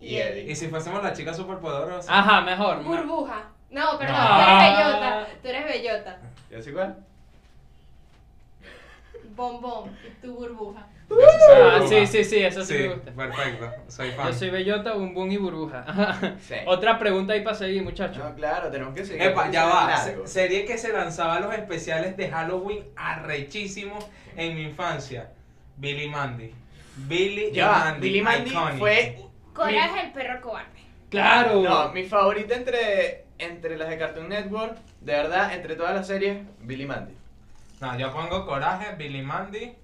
S5: y
S8: y Eddie.
S7: Y
S5: Eddie.
S7: si fuésemos la chica superpoderosa.
S6: Ajá, mejor.
S8: Burbuja. No, perdón, tú
S6: Ah.
S8: eres bellota. Tú eres bellota.
S5: ¿Yo soy cuál?
S8: Bombón, y tú burbuja.
S6: Ah, sí, sí, sí, eso sí,
S7: Sí,
S6: me gusta.
S7: perfecto. Soy fan.
S6: Yo soy Bellota, Bumbum y Burbuja. Ajá.
S5: Sí.
S6: Otra pregunta ahí para seguir, muchachos.
S7: Ah.
S5: No, claro, tenemos que seguir.
S7: Epa, ya va.
S5: Largo.
S7: Se- Serie que se lanzaba los especiales de Halloween arrechísimos en mi infancia. Billy Mandy.
S5: Ya
S7: Billy y
S5: va,
S7: Mandy.
S5: Billy Mandy
S7: iconic.
S5: fue.
S8: Cora es el perro cobarde.
S6: Claro.
S5: No, mi favorita entre, entre las de Cartoon Network, de verdad, entre todas las series, Billy Mandy.
S7: No, yo pongo Coraje, Billy Mandy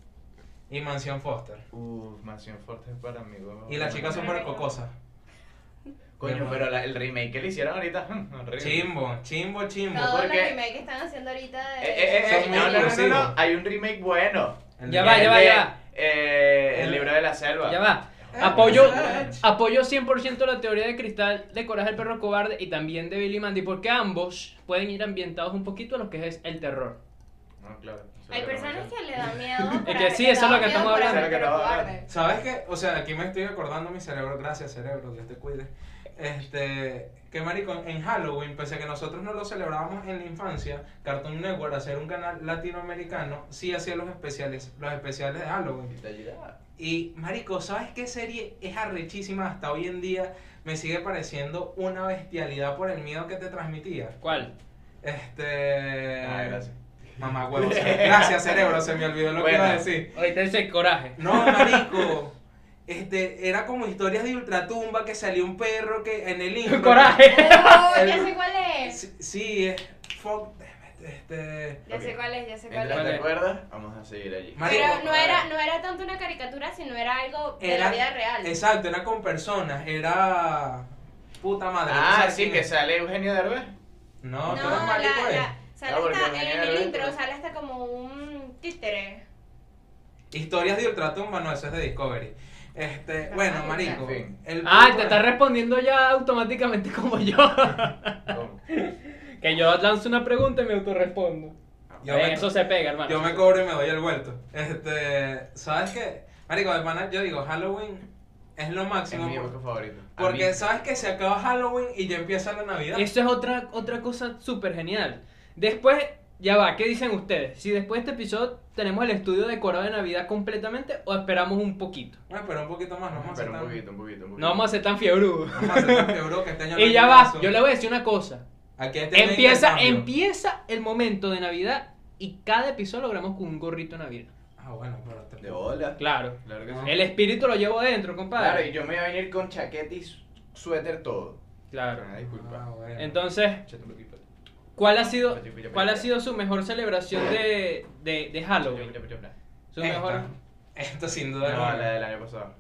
S7: y Mansión Foster.
S5: Uff, Mansión Forte es para mí. huevón.
S7: Y la chica super cocosa.
S5: Coño, pero la- el remake que le hicieron ahorita. horrible.
S7: Chimbo, chimbo, chimbo.
S8: Todos
S5: porque-
S8: los remakes que están haciendo ahorita
S5: Eh,
S8: de.
S5: eh, eh,
S7: Son muy
S5: no, no, no, no,
S7: inclusivos.
S5: no, hay un remake bueno.
S7: El
S6: Ya
S7: de-
S6: va,
S5: El
S6: ya va,
S5: de,
S6: ya va.
S5: eh, el libro de la selva.
S6: Ya va. Apoyo, apoyo 100% la teoría de Cristal de Coraje el Perro Cobarde y también de Billy Mandy, porque ambos pueden ir ambientados un poquito a lo que es el terror.
S5: No, claro. eso
S8: Hay
S5: es lo que
S8: personas
S5: me
S8: que le dan miedo.
S6: Es
S8: para-
S6: que sí, eso es lo
S8: le
S6: que
S8: dan
S6: estamos
S8: miedo para
S5: hablando.
S8: el
S5: Claro que
S8: perro
S5: no,
S8: cobarde.
S5: ahora.
S7: ¿Sabes qué? O sea, aquí me estoy acordando mi cerebro. Gracias, cerebro. Dios te cuide. Este. Que marico, en Halloween, pese a que nosotros no lo celebrábamos en la infancia, Cartoon Network, hacer un canal latinoamericano, sí hacía los especiales, los especiales de Halloween.
S5: Te ayudaba.
S7: Y, marico, ¿sabes qué serie es arrechísima hasta hoy en día? Me sigue pareciendo una bestialidad por el miedo que te transmitía.
S6: ¿Cuál?
S7: Este...
S5: Ah, gracias.
S7: Mamá huevo. se- Gracias, cerebro, se me olvidó lo que iba a
S5: Bueno.
S7: decir.
S6: Ahorita dice Coraje.
S7: No, marico. Este, era como historias de ultratumba que salió un perro que en el intro...
S6: Coraje.
S8: Oh, ya
S7: El-
S8: sé cuál es.
S7: Sí, sí, es... Fuck, este...
S8: Ya sé
S5: Ok.
S8: cuál es, ya sé cuál
S5: Mientras
S8: es.
S5: te acuerdas, vamos a seguir allí.
S7: Marico,
S8: Pero no era, no era tanto una caricatura, sino era algo de
S7: Era-
S8: la vida real.
S7: Exacto, era con personas, era... Puta madre. no
S5: Ah,
S7: sé
S5: sí,
S7: quién
S5: que
S7: es.
S5: sale Eugenio Derbez.
S7: No, tú
S8: no,
S7: eres
S8: la,
S7: marico, eh.
S8: la, sale
S5: Ah, porque
S8: hasta-
S5: venía
S8: en
S5: de
S8: el
S5: adentro.
S8: intro sale hasta como un títere.
S7: Historias de Ultratumba, no, eso es de Discovery. Este, bueno,
S8: Ajá,
S5: en
S7: marico.
S5: fin.
S7: el
S6: Ah,
S7: punto
S6: te
S7: es-
S6: está respondiendo ya automáticamente como yo.
S5: ¿Cómo?
S6: que yo lanzo una pregunta y me autorrespondo.
S7: yo,
S6: Eh,
S7: me,
S6: eso se pega, hermano.
S7: yo me cobro y me doy el vuelto. Este, ¿sabes qué? Marico, de pana, yo digo, Halloween es lo
S5: Es
S7: máximo.
S5: mi
S7: por-
S5: época favorita. A
S7: porque
S5: mí.
S7: sabes que se acaba Halloween y ya empieza la Navidad.
S6: Eso es otra, otra cosa súper genial. Después, ya va, ¿qué dicen ustedes? Si después de este episodio tenemos el estudio decorado de Navidad completamente o esperamos un poquito.
S7: Bueno, pero un poquito más, no vamos
S5: Pero un
S7: a hacer
S5: poquito, un poquito, un poquito.
S6: No vamos a ser tan fiebrudos.
S7: tan- no vamos a hacer tan februdo que este año no
S6: Y
S7: hay
S6: ya va,
S7: plazo.
S6: yo le voy a decir una cosa.
S7: Aquí este hay tema de
S6: Empieza,
S7: intercambio.
S6: empieza el momento de Navidad Y cada episodio logramos con un gorrito navideño.
S7: Ah, bueno, pero te
S5: De bola.
S6: Claro.
S5: Claro que sí.
S6: El espíritu lo llevo dentro, compadre.
S5: Claro, y yo me iba a venir con chaqueta y su- suéter todo.
S6: Claro.
S5: Ah, disculpa.
S7: Ah, bueno.
S6: Entonces,
S5: Chato, lo quito.
S6: ¿cuál ha sido, cuál ha sido su mejor celebración de, de, de Halloween? Su
S7: Esta.
S6: mejor...
S7: Esto sin
S5: No,
S7: duda
S5: la
S7: no.
S5: del año pasado.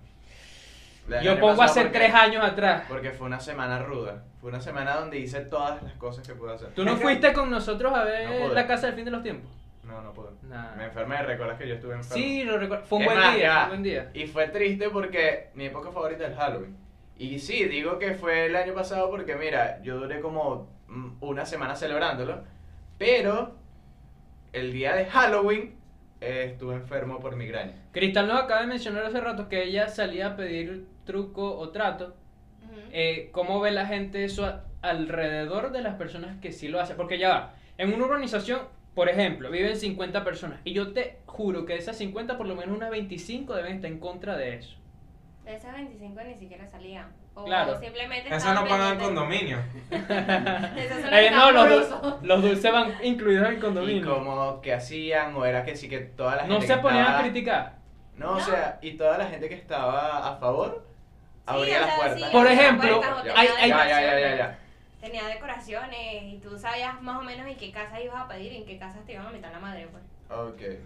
S5: La del
S6: Yo
S5: año
S6: pongo
S5: pasado
S6: hace
S5: porque-
S6: tres años atrás.
S5: Porque fue una semana ruda. Fue una semana donde hice todas las cosas que pude hacer.
S6: ¿Tú no
S7: Es que-
S6: fuiste con nosotros a
S5: No
S6: ver
S5: pude.
S6: la casa del fin de los tiempos?
S5: No, no pude.
S6: Nah.
S5: Me enfermé, recuerdas que yo estuve enfermo.
S6: Sí, lo recuerdo. Fue un
S5: Es
S6: buen
S5: más,
S6: día,
S5: ya
S6: fue
S5: va.
S6: un buen día.
S5: Y fue triste porque mi época favorita es Halloween. Y sí, digo que fue el año pasado porque, mira, yo duré como mm, una semana celebrándolo. Pero el día de Halloween eh, estuve enfermo por migraña.
S6: Cristal nos acaba de mencionar hace rato que ella salía a pedir truco o trato.
S8: Ujú.
S6: Eh, ¿Cómo ve la gente eso a- alrededor de las personas que sí lo hacen? Porque ya va, en una urbanización, por ejemplo, viven 50 personas. Y yo te juro que de esas 50, por lo menos unas 25 deben estar en contra de eso.
S8: De esas 25 ni siquiera salían. O
S6: Claro.
S8: simplemente.
S7: Eso no pagan
S8: condominio.
S7: condominio.
S6: Eh, no, los, dul- los dulces van incluidos en el
S5: Y
S6: condominio.
S5: como que hacían, o era que sí que toda la gente.
S6: No se
S5: que
S6: ponían a
S5: estaba-
S6: criticar.
S5: No, o sea, y toda la gente que estaba a favor abría
S8: o
S5: las
S8: sea,
S5: puertas.
S8: sí,
S6: Por
S8: abría
S6: ejemplo,
S8: puertas o
S5: ya,
S8: tenía
S6: hay-
S5: ya, ya, ya,
S8: decoraciones.
S5: ya, ya.
S8: Tenía decoraciones y tú sabías más o menos en qué casa ibas a pedir y en qué casas te iban a meter la madre, pues.
S5: Ok.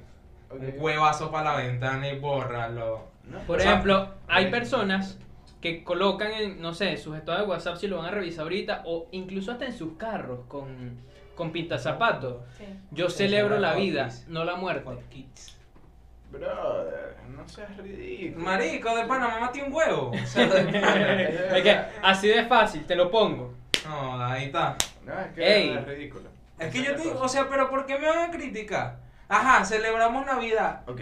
S5: Ok.
S7: Un huevazo para la ventana y bórralo.
S5: No.
S6: Por
S7: O sea,
S6: ejemplo, hay
S5: eh.
S6: personas que colocan en, no sé, sus estados de WhatsApp si lo van a revisar ahorita o incluso hasta en sus carros con, con pintazapatos.
S8: Sí.
S6: Yo
S7: Eso
S6: celebro
S7: era
S6: la vida,
S7: Otis.
S6: no la muerte.
S7: Hot kids.
S5: Brother, no seas ridículo.
S7: Marico, de pana, mamá tiene un huevo. O sea, de pana.
S6: Es que así de fácil, te lo pongo.
S7: No, ahí está.
S5: No, es que
S6: Ey.
S5: es ridículo.
S7: Es que
S5: Esa
S7: yo
S5: la
S7: te digo,
S5: cosa.
S7: o sea, pero ¿por qué me van a criticar? Ajá, celebramos Navidad.
S5: Ok,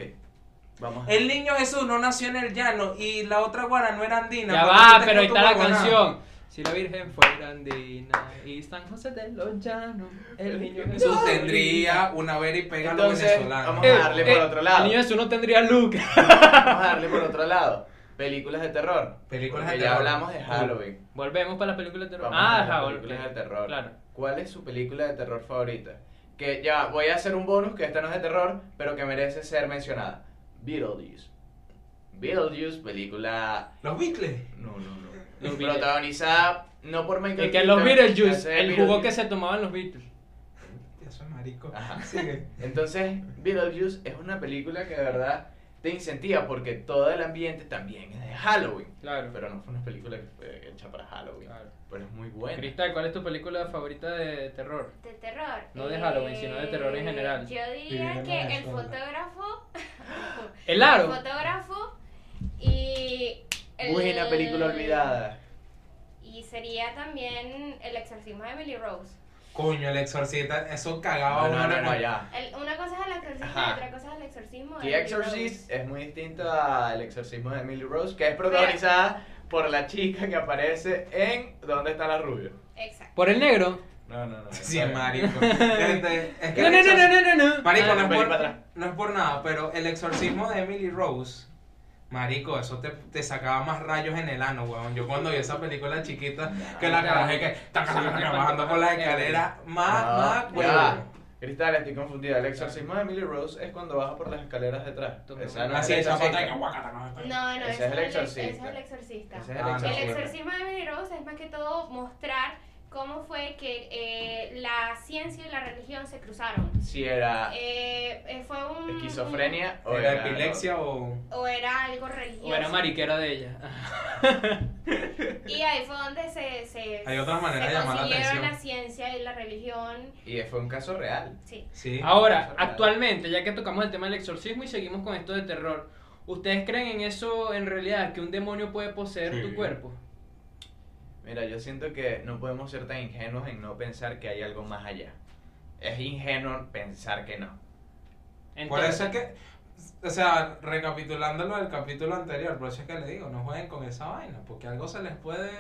S5: vamos a...
S7: El niño Jesús no nació en el llano y la otra guara no era andina.
S6: Ya
S7: ¿Por qué
S6: va,
S7: te
S6: pero ahí
S7: crees
S6: está
S7: tu
S6: la
S7: huevonada?
S6: canción. Si la Virgen fuera andina y San José de los Llanos, el niño Jesús
S7: Jesús tendría una vera y pega a los
S5: Entonces,
S7: venezolanos. Eh,
S5: vamos a darle por otro lado.
S6: Eh, El niño Jesús no tendría look.
S5: Vamos a darle por otro lado. Películas de terror.
S7: Películas
S5: Porque
S7: de
S5: ya
S7: terror.
S5: hablamos de Halloween.
S6: Volvemos para las películas de terror.
S5: Vamos
S6: Ah,
S5: a las
S6: ajá,
S5: películas
S6: ok.
S5: de terror.
S6: Claro.
S5: ¿Cuál es su película de terror favorita? Que ya voy a hacer un bonus que esta no es de terror, pero que merece ser mencionada. Beetlejuice. Beetlejuice, película
S7: Los Beatles.
S5: No, no, no.
S6: Los Beatles.
S5: Protagonizada no por Michael
S6: Y que los
S5: Keaton,
S6: Beetlejuice,
S5: hace
S6: el jugo que
S5: Beetlejuice.
S6: se tomaban los Beatles.
S7: Ya soy marico. eh.
S5: Ajá.
S7: Sigue.
S5: Entonces, Beetlejuice es una película que de verdad te incentiva porque todo el ambiente también es de Halloween.
S6: Claro.
S5: Pero no fue una película que fue hecha para Halloween.
S6: Claro.
S5: Pero es muy buena.
S6: Cristal, ¿cuál es tu película favorita de terror?
S8: De terror. Eh,
S6: No de Halloween, sino de terror en general.
S8: Yo
S7: Viviremos
S8: diría que el
S7: sola.
S8: fotógrafo.
S6: El aro.
S8: El fotógrafo y. el-
S5: Buena película olvidada.
S8: Y sería también El exorcismo de Emily Rose.
S7: Coño, el exorcista, eso cagaba
S5: No, no,
S7: una
S5: no, no,
S7: nena.
S5: ya.
S8: El- una cosa es el exorcismo
S5: Ajá.
S8: y otra cosa es el exorcismo. de
S5: The
S8: Emily
S5: Exorcist
S8: Rose.
S5: es muy distinta al exorcismo de Emily Rose, que es protagonizada por la chica que aparece en ¿Dónde está la rubia?
S8: Exacto.
S6: Por el negro.
S5: No, no, no.
S7: Sí,
S5: está bien.
S7: marico. Gente, es que
S6: No,
S7: el
S6: no, no,
S7: exorci-
S6: no, no, no, no.
S7: Marico,
S5: Ah,
S7: no,
S5: vení
S7: es
S5: para atrás.
S7: por, no es por nada, pero el exorcismo de Emily Rose, marico, eso te, te sacaba más rayos en el ano, weón. Yo cuando vi esa película chiquita, que la
S6: Claro.
S7: carajé que taca, taca, taca, bajando por las escaleras, más, más,
S5: No, ya va.
S7: weón.
S5: Cristal, estoy confundida. El exorcismo de Emily Rose es cuando baja por las escaleras detrás.
S6: Tú,
S5: Esa Ah, no es
S7: Así
S5: el
S7: es,
S5: exorcista.
S7: zapata, guaca, taca, taca.
S8: No, no,
S5: Ese es
S8: ese
S5: el
S8: ex-
S5: exorcista.
S8: ese es el exorcista.
S5: Ese es
S7: Ah, no.
S5: el
S8: El
S5: exorcismo.
S8: exorcismo de Emily Rose es más que todo mostrar cómo fue que eh, la ciencia y la religión se cruzaron.
S5: Si era
S8: Eh, eh, fue un.
S5: Ah. esquizofrenia o
S7: ¿Era
S5: era,
S7: epilepsia o...?
S8: O era algo religioso.
S6: O era mariquera de ella.
S8: Y ahí fue donde se. se
S7: Hay otras maneras
S8: se
S7: de llamar la
S8: consiguieron
S7: atención.
S8: la ciencia y la religión.
S5: Y fue un caso real.
S8: Sí.
S7: Sí.
S6: Ahora, actualmente, ya que tocamos el tema del exorcismo y seguimos con esto de terror, ¿ustedes creen en eso, en realidad, que un demonio puede poseer
S7: Sí.
S6: tu cuerpo?
S5: Mira, yo siento que no podemos ser tan ingenuos en no pensar que hay algo más allá. Es ingenuo pensar que no.
S7: Por
S6: Entonces,
S7: eso es que, o sea, recapitulando lo del capítulo anterior, por eso es que les digo, no jueguen con esa vaina, porque algo se les puede,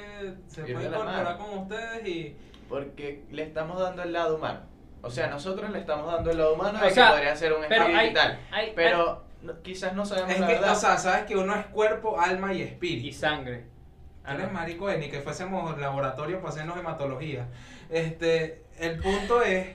S7: se
S5: Ir de
S7: puede
S5: la
S7: incorporar
S5: mano.
S7: con ustedes y...
S5: Porque le estamos dando el lado humano. O sea, nosotros le estamos dando el lado humano
S6: O
S5: de que
S6: sea,
S5: podría ser un
S6: pero
S5: estado
S6: hay-
S5: digital.
S6: hay-
S5: Pero no- quizás no sabemos
S7: Es
S5: la
S7: que,
S5: verdad.
S7: o sea, sabes que uno es cuerpo, alma y
S6: Y
S7: espíritu.
S6: sangre.
S7: Tú eres marico, eh, ni que fuésemos laboratorio para hacernos hematología. Este, el punto es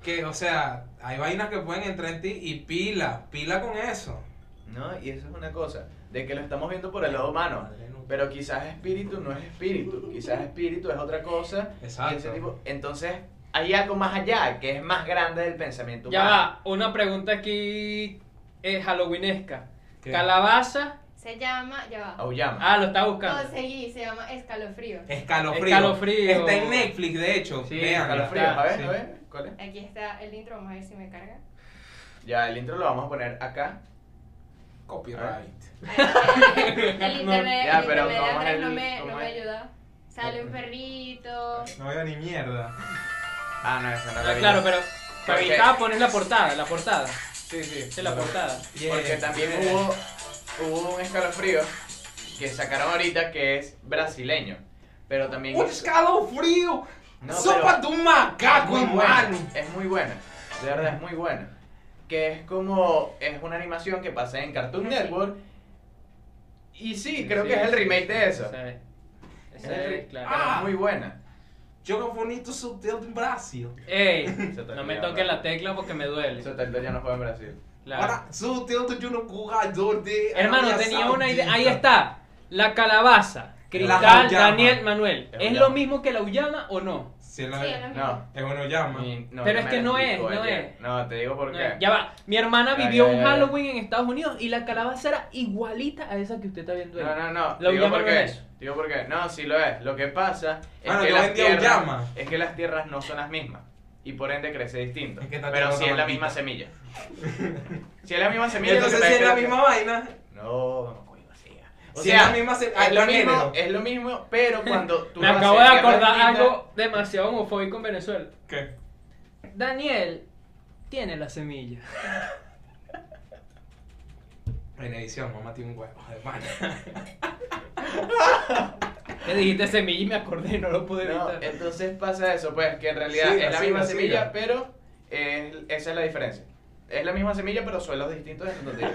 S7: que, o sea, hay vainas que pueden entrar en ti y pila, pila con eso.
S5: ¿no? Y eso es una cosa, de que lo estamos viendo por el lado humano. Pero quizás espíritu no es espíritu, quizás espíritu es otra cosa. y
S7: Exacto.
S5: ese tipo- entonces, hay algo más allá, que es más grande del pensamiento
S6: Ya
S5: humano.
S6: va, una pregunta aquí eh, halloweenesca.
S7: ¿Qué?
S6: Calabaza.
S8: Se llama, ya va.
S5: Auyama.
S6: Ah, lo está buscando.
S8: Conseguí, se llama escalofrío.
S7: Eh. Escalofrío.
S6: Escalofrío.
S7: Está en Netflix, de hecho.
S6: Sí,
S7: Vean.
S5: Escalofrío,
S6: está,
S5: a ver,
S6: sí.
S5: a ver, ¿cuál es?
S8: Aquí está el intro, vamos a ver si me carga.
S5: Ya, el intro lo vamos a poner acá.
S7: Copyright.
S8: El internet,
S5: Ya,
S8: el
S5: pero
S8: internet de
S5: ¿cómo es
S8: Andrés
S5: el-
S8: no me,
S5: cómo
S8: no me
S5: es?
S8: ayuda. Sale un perrito.
S7: No veo ni mierda.
S5: Ah, no, esa no la
S6: Ah,
S5: vi.
S6: claro, pero para
S5: Porque-
S6: evitar pones la portada, la portada.
S5: Sí, sí.
S6: Esa es la portada.
S5: Porque también hubo, hubo un escalofrío que sacaron ahorita que es brasileño. Pero también
S7: ¡Un
S5: es-
S7: escalofrío!
S5: No,
S7: ¡Sopa
S5: pero
S7: de un
S5: es
S7: macaco,
S5: muy buena,
S7: hermano!
S5: Es muy buena. De verdad, es muy buena. Que es como. Es una animación que pasa en Cartoon Network. Y sí, creo que es el remake de eso.
S6: Esa es.
S5: Es
S6: Esa
S5: el-
S6: es,
S5: pero
S6: claro.
S7: Ah.
S5: es muy buena.
S7: Yo bonito subtel de Brasil.
S6: Ey,
S5: Se te
S6: no me
S5: olvidaba.
S6: toques la tecla porque me duele.
S5: Eso tal vez ya no juega en Brasil.
S6: Claro.
S7: Ahora, subtel de un jugador de.
S6: Hermano,
S7: Arabia
S6: tenía una idea.
S7: Saudita.
S6: Ahí está. La calabaza.
S7: La
S6: Cristal,
S7: auyama.
S6: Daniel, Manuel.
S5: La
S6: ¿Es
S5: auyama.
S6: lo mismo que la Uyama o no?
S7: Sí,
S8: Sí,
S7: la-
S8: es lo mismo.
S5: No.
S7: Es bueno, llama.
S5: mi-
S6: Ah. Pero
S5: ya
S6: es
S5: me
S6: que
S5: la
S6: no es,
S5: explicó
S6: no
S5: ayer.
S6: es.
S5: No, te digo por qué.
S6: Ya va. Mi hermana
S5: Ya,
S6: vivió
S5: ya,
S6: un
S5: ya, ya.
S6: Halloween en Estados Unidos y la calabaza era igualita a esa que usted está viendo ahí.
S5: No, no, no.
S6: La
S5: Digo
S6: Ullama
S5: por
S6: no es
S5: qué.
S6: eso.
S5: Digo por qué. No, sí lo es. Lo que pasa es
S7: Mano,
S5: que
S7: yo
S5: las
S7: vendía
S5: tierras,
S7: Ullama.
S5: es que las tierras no son las mismas y por ende crece distinto.
S7: Es que esta
S5: pero
S7: tierra
S5: si
S7: no
S5: es la
S7: maldita.
S5: misma semilla. si es la misma
S7: Y
S5: semilla. lo que
S7: entonces,
S5: pasa
S7: si es la
S5: que-
S7: misma vaina.
S5: No, no coño, sea. O
S7: si
S5: sea,
S7: es la misma. se-
S5: es lo
S7: hay género.
S5: mismo, es lo mismo, pero cuando tú
S6: Me
S5: haces
S6: acabo de
S5: tierras
S6: acordar
S5: distintas-
S6: algo demasiado homofóbico en Venezuela.
S7: ¿Qué?
S6: Daniel tiene la semilla.
S7: En edición, mamá tiene un huevo de pana.
S6: Que dijiste semilla y me acordé, no lo pude
S5: No,
S6: evitar.
S5: entonces pasa eso, pues, que en realidad
S7: Siga,
S5: es la
S7: siga,
S5: misma
S7: siga.
S5: semilla, pero eh, esa es la diferencia. Es la misma semilla, pero suelos distintos en donde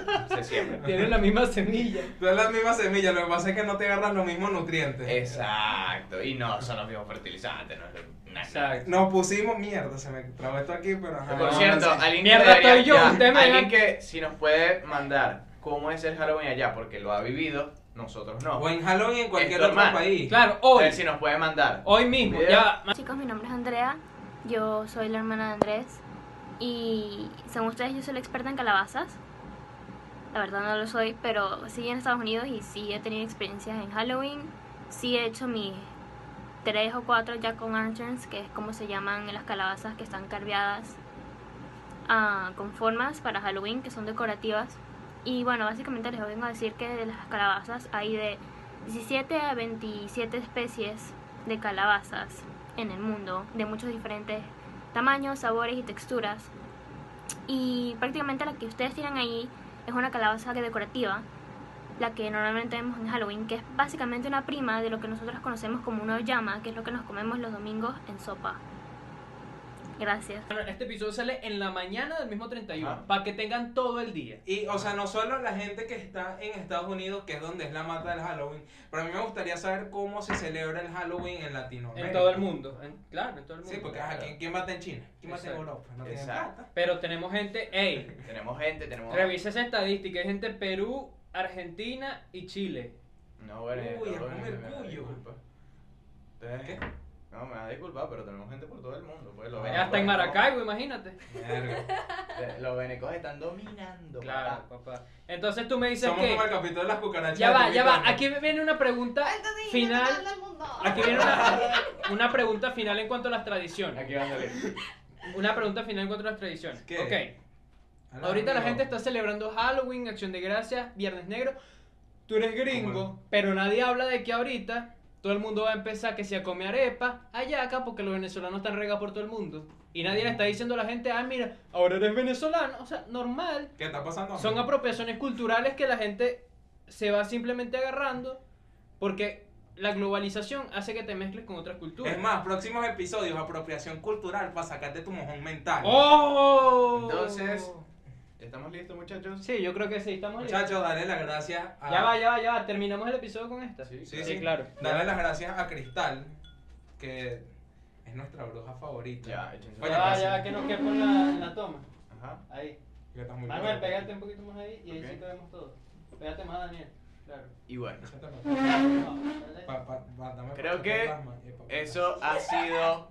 S5: se siembra.
S6: Tiene la misma semilla.
S7: Tú es la misma semilla, lo que pasa es que no te agarras los mismos nutrientes.
S5: Exacto, y no son los mismos fertilizantes, no es lo- na-
S6: Exacto.
S7: Nos pusimos mierda, se me trabó esto aquí, pero ajá.
S5: Por
S6: Ah,
S5: cierto,
S7: sí.
S5: alguien,
S6: Mierda,
S5: que, debería-
S6: estoy yo,
S5: ya,
S6: usted me
S5: alguien
S6: deja-
S5: que si nos puede mandar cómo es el Halloween allá, porque lo ha vivido, nosotros no.
S7: O en Halloween en cualquier
S5: tu
S7: otro
S5: hermana.
S7: país.
S6: Claro,
S5: A
S6: hoy.
S5: ver si nos puede mandar.
S6: Hoy mismo. Ya va.
S9: Chicos, mi nombre es Andrea, yo soy la hermana de Andrés y según ustedes yo soy la experta en calabazas. La verdad no lo soy, pero sí en Estados Unidos y sí he tenido experiencias en Halloween. Sí he hecho mis tres o cuatro jack o' lanterns, que es como se llaman las calabazas que están carveadas ah, con formas para Halloween, que son decorativas. Y bueno, básicamente les vengo a decir que de las calabazas hay de 17 a 27 especies de calabazas en el mundo, de muchos diferentes tamaños, sabores y texturas. Y prácticamente la que ustedes tienen ahí es una calabaza que decorativa, la que normalmente vemos en Halloween, que es básicamente una prima de lo que nosotros conocemos como una llama, que es lo que nos comemos los domingos en sopa. Gracias.
S6: Este episodio sale en la mañana del mismo 31.
S5: Ajá.
S6: Para que tengan todo el día.
S7: Y, o sea, no solo la gente que está en Estados Unidos, que es donde es la mata del Halloween, pero a mí me gustaría saber cómo se celebra el Halloween en Latinoamérica.
S6: En todo el mundo. En- claro, en todo el mundo.
S7: Sí, porque ah. ajá, ¿quién, quién mata en China? ¿Quién mata en
S6: Exacto.
S7: Europa? No tienen
S5: Exacto.
S7: plata.
S6: Pero tenemos gente. Ey,
S5: Tenemos gente, tenemos...
S6: revisa esa estadística. Hay gente en Perú, Argentina y Chile.
S5: No, bueno,
S7: Uy,
S5: no,
S7: a comer
S5: me- me da
S7: cuyo.
S5: disculpa. Entonces,
S7: ¿Qué?
S5: No, me da disculpa, pero tenemos gente por todo el mundo. Pues, los
S6: Ah, Hasta en
S5: venecos-
S6: Maracaibo, imagínate.
S7: Verga.
S5: Eh, Los venecos están dominando.
S6: Claro,
S5: papá.
S6: papá. Entonces tú me dices
S7: Somos
S6: que.
S7: como el capítulo de las cucarachas.
S6: Ya
S7: de
S6: va,
S7: Tommy
S6: ya va.
S7: Tango.
S6: Aquí viene una pregunta
S8: Entonces,
S6: final.
S8: todo el mundo.
S6: Aquí viene una, una pregunta final en cuanto a las tradiciones.
S5: Aquí va a salir.
S6: Una pregunta final en cuanto a las tradiciones.
S7: ¿Qué?
S6: Ok.
S7: Alá,
S6: Ahorita la
S7: amigo.
S6: gente está celebrando Halloween, Acción de Gracias, Viernes Negro. Tú eres gringo, pero nadie habla de que ahorita todo el mundo va a empezar que se come arepa allá acá porque los venezolanos están regados por todo el mundo. Y nadie le está diciendo a la gente, ah, mira, ahora eres venezolano. O sea, normal.
S7: ¿Qué está pasando?
S6: Son apropiaciones culturales que la gente se va simplemente agarrando porque la globalización hace que te mezcles con otras culturas.
S7: Es más, próximos episodios, apropiación cultural para sacarte tu mojón mental.
S6: ¡Oh!
S5: Entonces- ¿Estamos listos, muchachos?
S6: Sí, yo creo que sí, estamos listos.
S7: Muchachos, ah. dale las gracias a...
S6: Ya va, ya va, ya va. Terminamos el episodio con esta.
S5: Sí,
S7: Sí,
S5: claro.
S7: sí.
S6: claro.
S7: Darle las gracias a Cristal, que es nuestra bruja favorita.
S5: Ya, échense
S7: Oye,
S6: ah,
S7: pasa.
S6: ya que nos quede por la, la toma.
S5: Ajá.
S6: Ahí.
S7: Que está muy
S6: Manuel,
S7: buena.
S6: pégate un poquito más ahí y ahí
S5: Ok.
S6: sí te vemos todo. Pégate más a Daniel. Claro.
S5: Y bueno,
S7: Échate pa' acá.
S6: No, dale.
S7: Pa- pa- pa- dame
S5: Creo
S7: pa-
S5: que
S7: plasma, eh, pa- pa-
S5: eso ha sido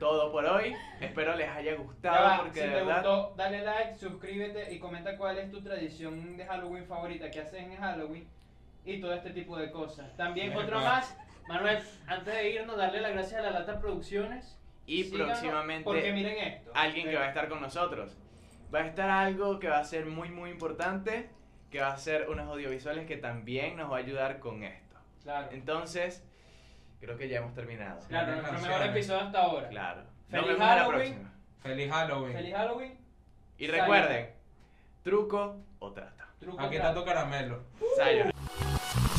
S5: todo por hoy. Espero les haya
S6: Ya va,
S5: gustado porque
S6: si
S5: de
S6: te
S5: verdad.
S6: gustó, dale like, suscríbete y comenta cuál es tu tradición de Halloween favorita que hacen en Halloween y todo este tipo de cosas. También
S7: Mierda.
S6: otra más, Manuel, antes de irnos, darle las gracias a la Lata Producciones.
S5: Y
S6: Síganos,
S5: próximamente
S6: Porque miren esto.
S5: alguien que va a
S6: Ustedes-
S5: estar con nosotros. Va a estar algo que va a ser muy muy importante, que va a ser unos audiovisuales que también nos va a ayudar con esto.
S6: Claro,
S5: Entonces, creo que ya hemos terminado.
S6: claro nuestro
S7: canciones.
S6: mejor episodio hasta ahora.
S5: Claro. Nos
S6: Feliz
S5: vemos a la
S6: Halloween.
S5: próxima.
S7: Feliz Halloween.
S6: Feliz Halloween.
S5: Y recuerden, truco o trata.
S6: Truco
S7: Aquí
S6: trato. Uh.
S7: está tu caramelo.
S5: Sayonara.